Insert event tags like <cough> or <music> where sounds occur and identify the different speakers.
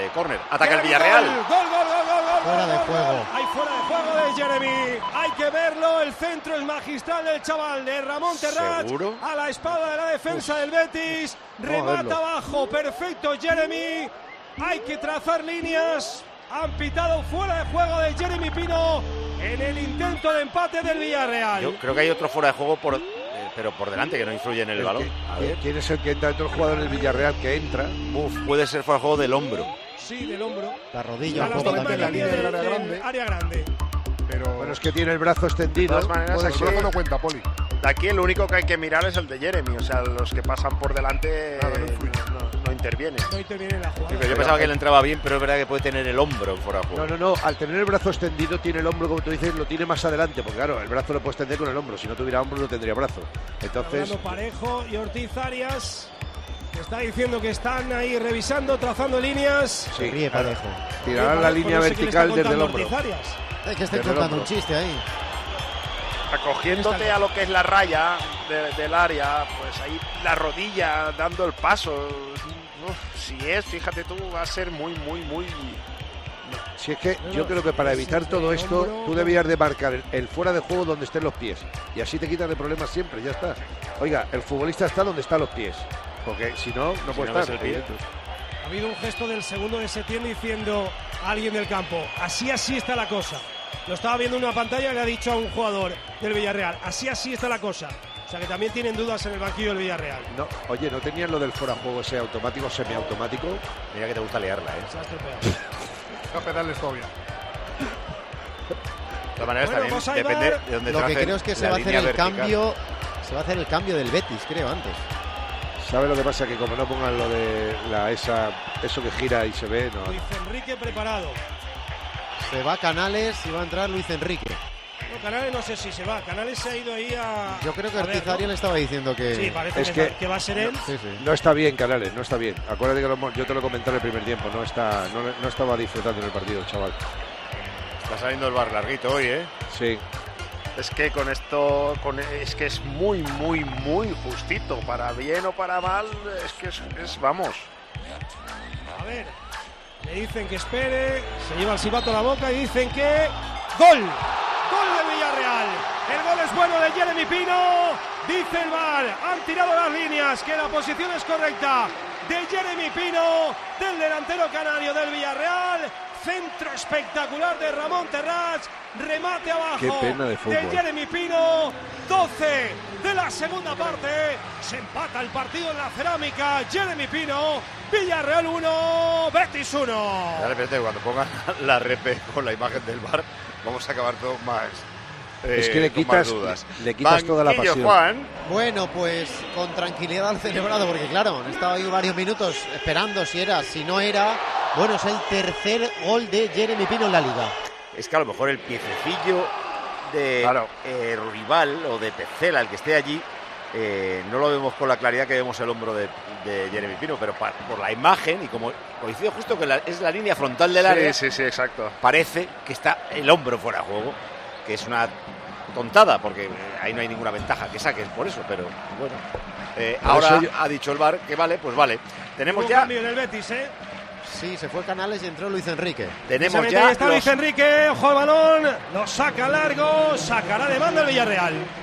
Speaker 1: Eh, Corner. Ataca el Villarreal.
Speaker 2: Gol, gol, gol, gol, gol, gol,
Speaker 3: Fuera
Speaker 2: gol,
Speaker 3: de
Speaker 2: gol,
Speaker 3: juego.
Speaker 2: gol. Hay fuera de juego de Jeremy. Hay que verlo. El centro, el magistral del chaval de Ramón Terrat.
Speaker 1: ¿Seguro?
Speaker 2: A la espada de la defensa del Betis. Remata
Speaker 4: verlo.
Speaker 2: abajo. Perfecto, Jeremy. Hay que trazar líneas. Han pitado fuera de juego de Jeremy Pino en el intento de empate del Villarreal.
Speaker 1: Yo creo que hay otro fuera de juego, por, eh, pero por delante, que no influye en el balón. A ver.
Speaker 4: ¿Quién es el que entra? Otro jugador del Villarreal que entra.
Speaker 1: Uf, puede ser fuera de juego del hombro.
Speaker 2: Sí, del hombro.
Speaker 3: La
Speaker 2: A
Speaker 3: rodilla un
Speaker 2: las
Speaker 3: poco
Speaker 2: dos
Speaker 3: también.
Speaker 2: de la
Speaker 3: la
Speaker 2: línea
Speaker 3: tiene.
Speaker 2: del
Speaker 4: del área
Speaker 2: del
Speaker 4: grande.
Speaker 2: área grande.
Speaker 4: Pero, es que tiene el brazo
Speaker 5: De
Speaker 4: extendido.
Speaker 5: todas maneras,
Speaker 4: Puede
Speaker 5: aquí,
Speaker 4: ser. no cuenta, Poli.
Speaker 5: de aquí el único que hay que mirar es el de Jeremy. O sea, los que pasan por delante
Speaker 4: Nada, no
Speaker 5: eh,
Speaker 4: influye.
Speaker 5: no, no intervienen.
Speaker 2: No interviene la jugada.
Speaker 1: Yo pensaba que le entraba bien, pero es verdad que puede tener el hombro en fuera de
Speaker 4: No,
Speaker 1: juego.
Speaker 4: no, no. Al tener el brazo extendido, tiene el hombro, como tú dices, lo tiene más adelante. Porque claro, el brazo lo puedes extender con el hombro. Si no tuviera hombro, no tendría brazo. Entonces,
Speaker 2: Fernando Parejo y Ortiz Arias que está diciendo que están ahí revisando, trazando líneas.
Speaker 3: Se ríe Parejo.
Speaker 4: tirará la línea
Speaker 2: pues No sé qué le está
Speaker 4: vertical desde el
Speaker 2: contando
Speaker 4: hombro.
Speaker 2: Ortiz Arias.
Speaker 3: Es que
Speaker 4: Desde
Speaker 3: está
Speaker 4: el
Speaker 3: contando un
Speaker 4: hombro.
Speaker 3: chiste ahí.
Speaker 5: Acogiéndote a lo que es la raya de- del área, pues ahí la rodilla dando el paso. Uf, si es, fíjate tú, va a ser muy, muy, muy.
Speaker 4: Si es que yo creo que para evitar todo esto, tú debías de marcar el, el fuera de juego donde estén los pies. Y así te quitas de problemas siempre, ya está. Oiga, el futbolista está donde están los pies. Porque si no, no puede
Speaker 1: no ves
Speaker 4: estar.
Speaker 1: el pie.
Speaker 4: evidente.
Speaker 2: Ha habido un gesto del segundo de septiembre diciendo a alguien del campo, así así está la cosa. Lo estaba viendo en una pantalla y le ha dicho a un jugador del Villarreal, así así está la cosa. O sea que también tienen dudas en el banquillo del Villarreal.
Speaker 4: No, oye, ¿no tenían lo del fuera de juego ese automático, semiautomático?
Speaker 1: Mira que te gusta liarla, ¿eh?
Speaker 2: Se ha
Speaker 4: <laughs>
Speaker 2: estropeado.
Speaker 5: No pedarles todavía.
Speaker 1: De todas maneras,
Speaker 2: Bueno, pues
Speaker 1: también
Speaker 2: ahí va.
Speaker 1: depende de dónde
Speaker 3: Lo que
Speaker 1: traje
Speaker 3: creo es que se
Speaker 1: la
Speaker 3: va a hacer
Speaker 1: línea
Speaker 3: el
Speaker 1: vertical.
Speaker 3: cambio. Se va a hacer el cambio del Betis, creo, antes.
Speaker 4: ¿Sabe lo que pasa? Que como no pongan lo de la esa eso que gira y se ve, no.
Speaker 2: Luis Enrique preparado.
Speaker 3: Se va Canales y va a entrar Luis Enrique.
Speaker 2: No, Canales no sé si se va. Canales se ha ido ahí a...
Speaker 3: Yo creo que
Speaker 2: a ver,
Speaker 3: Ortiz
Speaker 2: ¿no?
Speaker 3: Arias le estaba diciendo que.
Speaker 2: Sí, parece
Speaker 4: Es
Speaker 2: que,
Speaker 4: que-
Speaker 2: está- que va a ser él.
Speaker 3: Sí, sí.
Speaker 4: No está bien, Canales, no está bien. Acuérdate que lo hemos- yo te lo comenté en el primer tiempo, no está, no, no estaba disfrutando en el partido, chaval.
Speaker 1: Está saliendo el bar larguito hoy, ¿eh?
Speaker 4: Sí,
Speaker 5: Es que con esto, con, es que es muy, muy, muy justito. Para bien o para mal, es que es, es- vamos.
Speaker 2: A ver, le dicen que espere, se lleva el silbato a la boca y dicen que. ¡Gol! ¡Gol del Villarreal! El gol es bueno de Jeremy Pino. Dice el VAR, han tirado las líneas, que la posición es correcta de Jeremy Pino, del delantero canario del Villarreal. Centro espectacular de Ramón Terraz, remate abajo
Speaker 4: Qué pena de fútbol.
Speaker 2: Jeremy Pino, 12 de la segunda parte. Se empata el partido en la cerámica. Jeremy Pino, Villarreal 1, Betis 1.
Speaker 1: Dale, espérate, cuando pongan la repe con la imagen del bar, vamos a acabar todo más. eh,
Speaker 4: Es que le
Speaker 1: con más
Speaker 4: quitas-
Speaker 1: dudas.
Speaker 4: le quitas toda la
Speaker 1: Banquillo,
Speaker 4: pasión.
Speaker 1: Juan,
Speaker 3: Bueno, pues con tranquilidad han celebrado, porque claro, han estado ahí varios minutos esperando si era, si no era. Bueno, es el tercer gol de Jeremy Pino en la liga.
Speaker 1: es que a lo mejor el piececillo de
Speaker 5: Claro.
Speaker 1: eh, rival o de Pecela, el que esté allí, eh, no lo vemos con la claridad que vemos el hombro de, de Jeremy Pino, pero pa- por la imagen y como coincido justo que la- es la línea frontal del área,
Speaker 5: Sí, sí, sí, exacto.
Speaker 1: parece que está el hombro fuera de juego, que es una tontada, porque eh, ahí no hay ninguna ventaja que saques por eso, pero bueno. Eh,
Speaker 4: Por
Speaker 1: ahora
Speaker 4: eso yo-
Speaker 1: ha dicho el bar que vale, pues vale. Tenemos
Speaker 2: Un
Speaker 1: ya,
Speaker 2: cambio en el Betis, ¿eh?
Speaker 3: Sí, se fue Canales y entró Luis Enrique.
Speaker 2: Se
Speaker 1: tenemos
Speaker 2: mete, ahí
Speaker 1: ya
Speaker 2: está
Speaker 1: los-
Speaker 2: Luis Enrique, ojo al balón, lo saca largo, sacará de banda el Villarreal.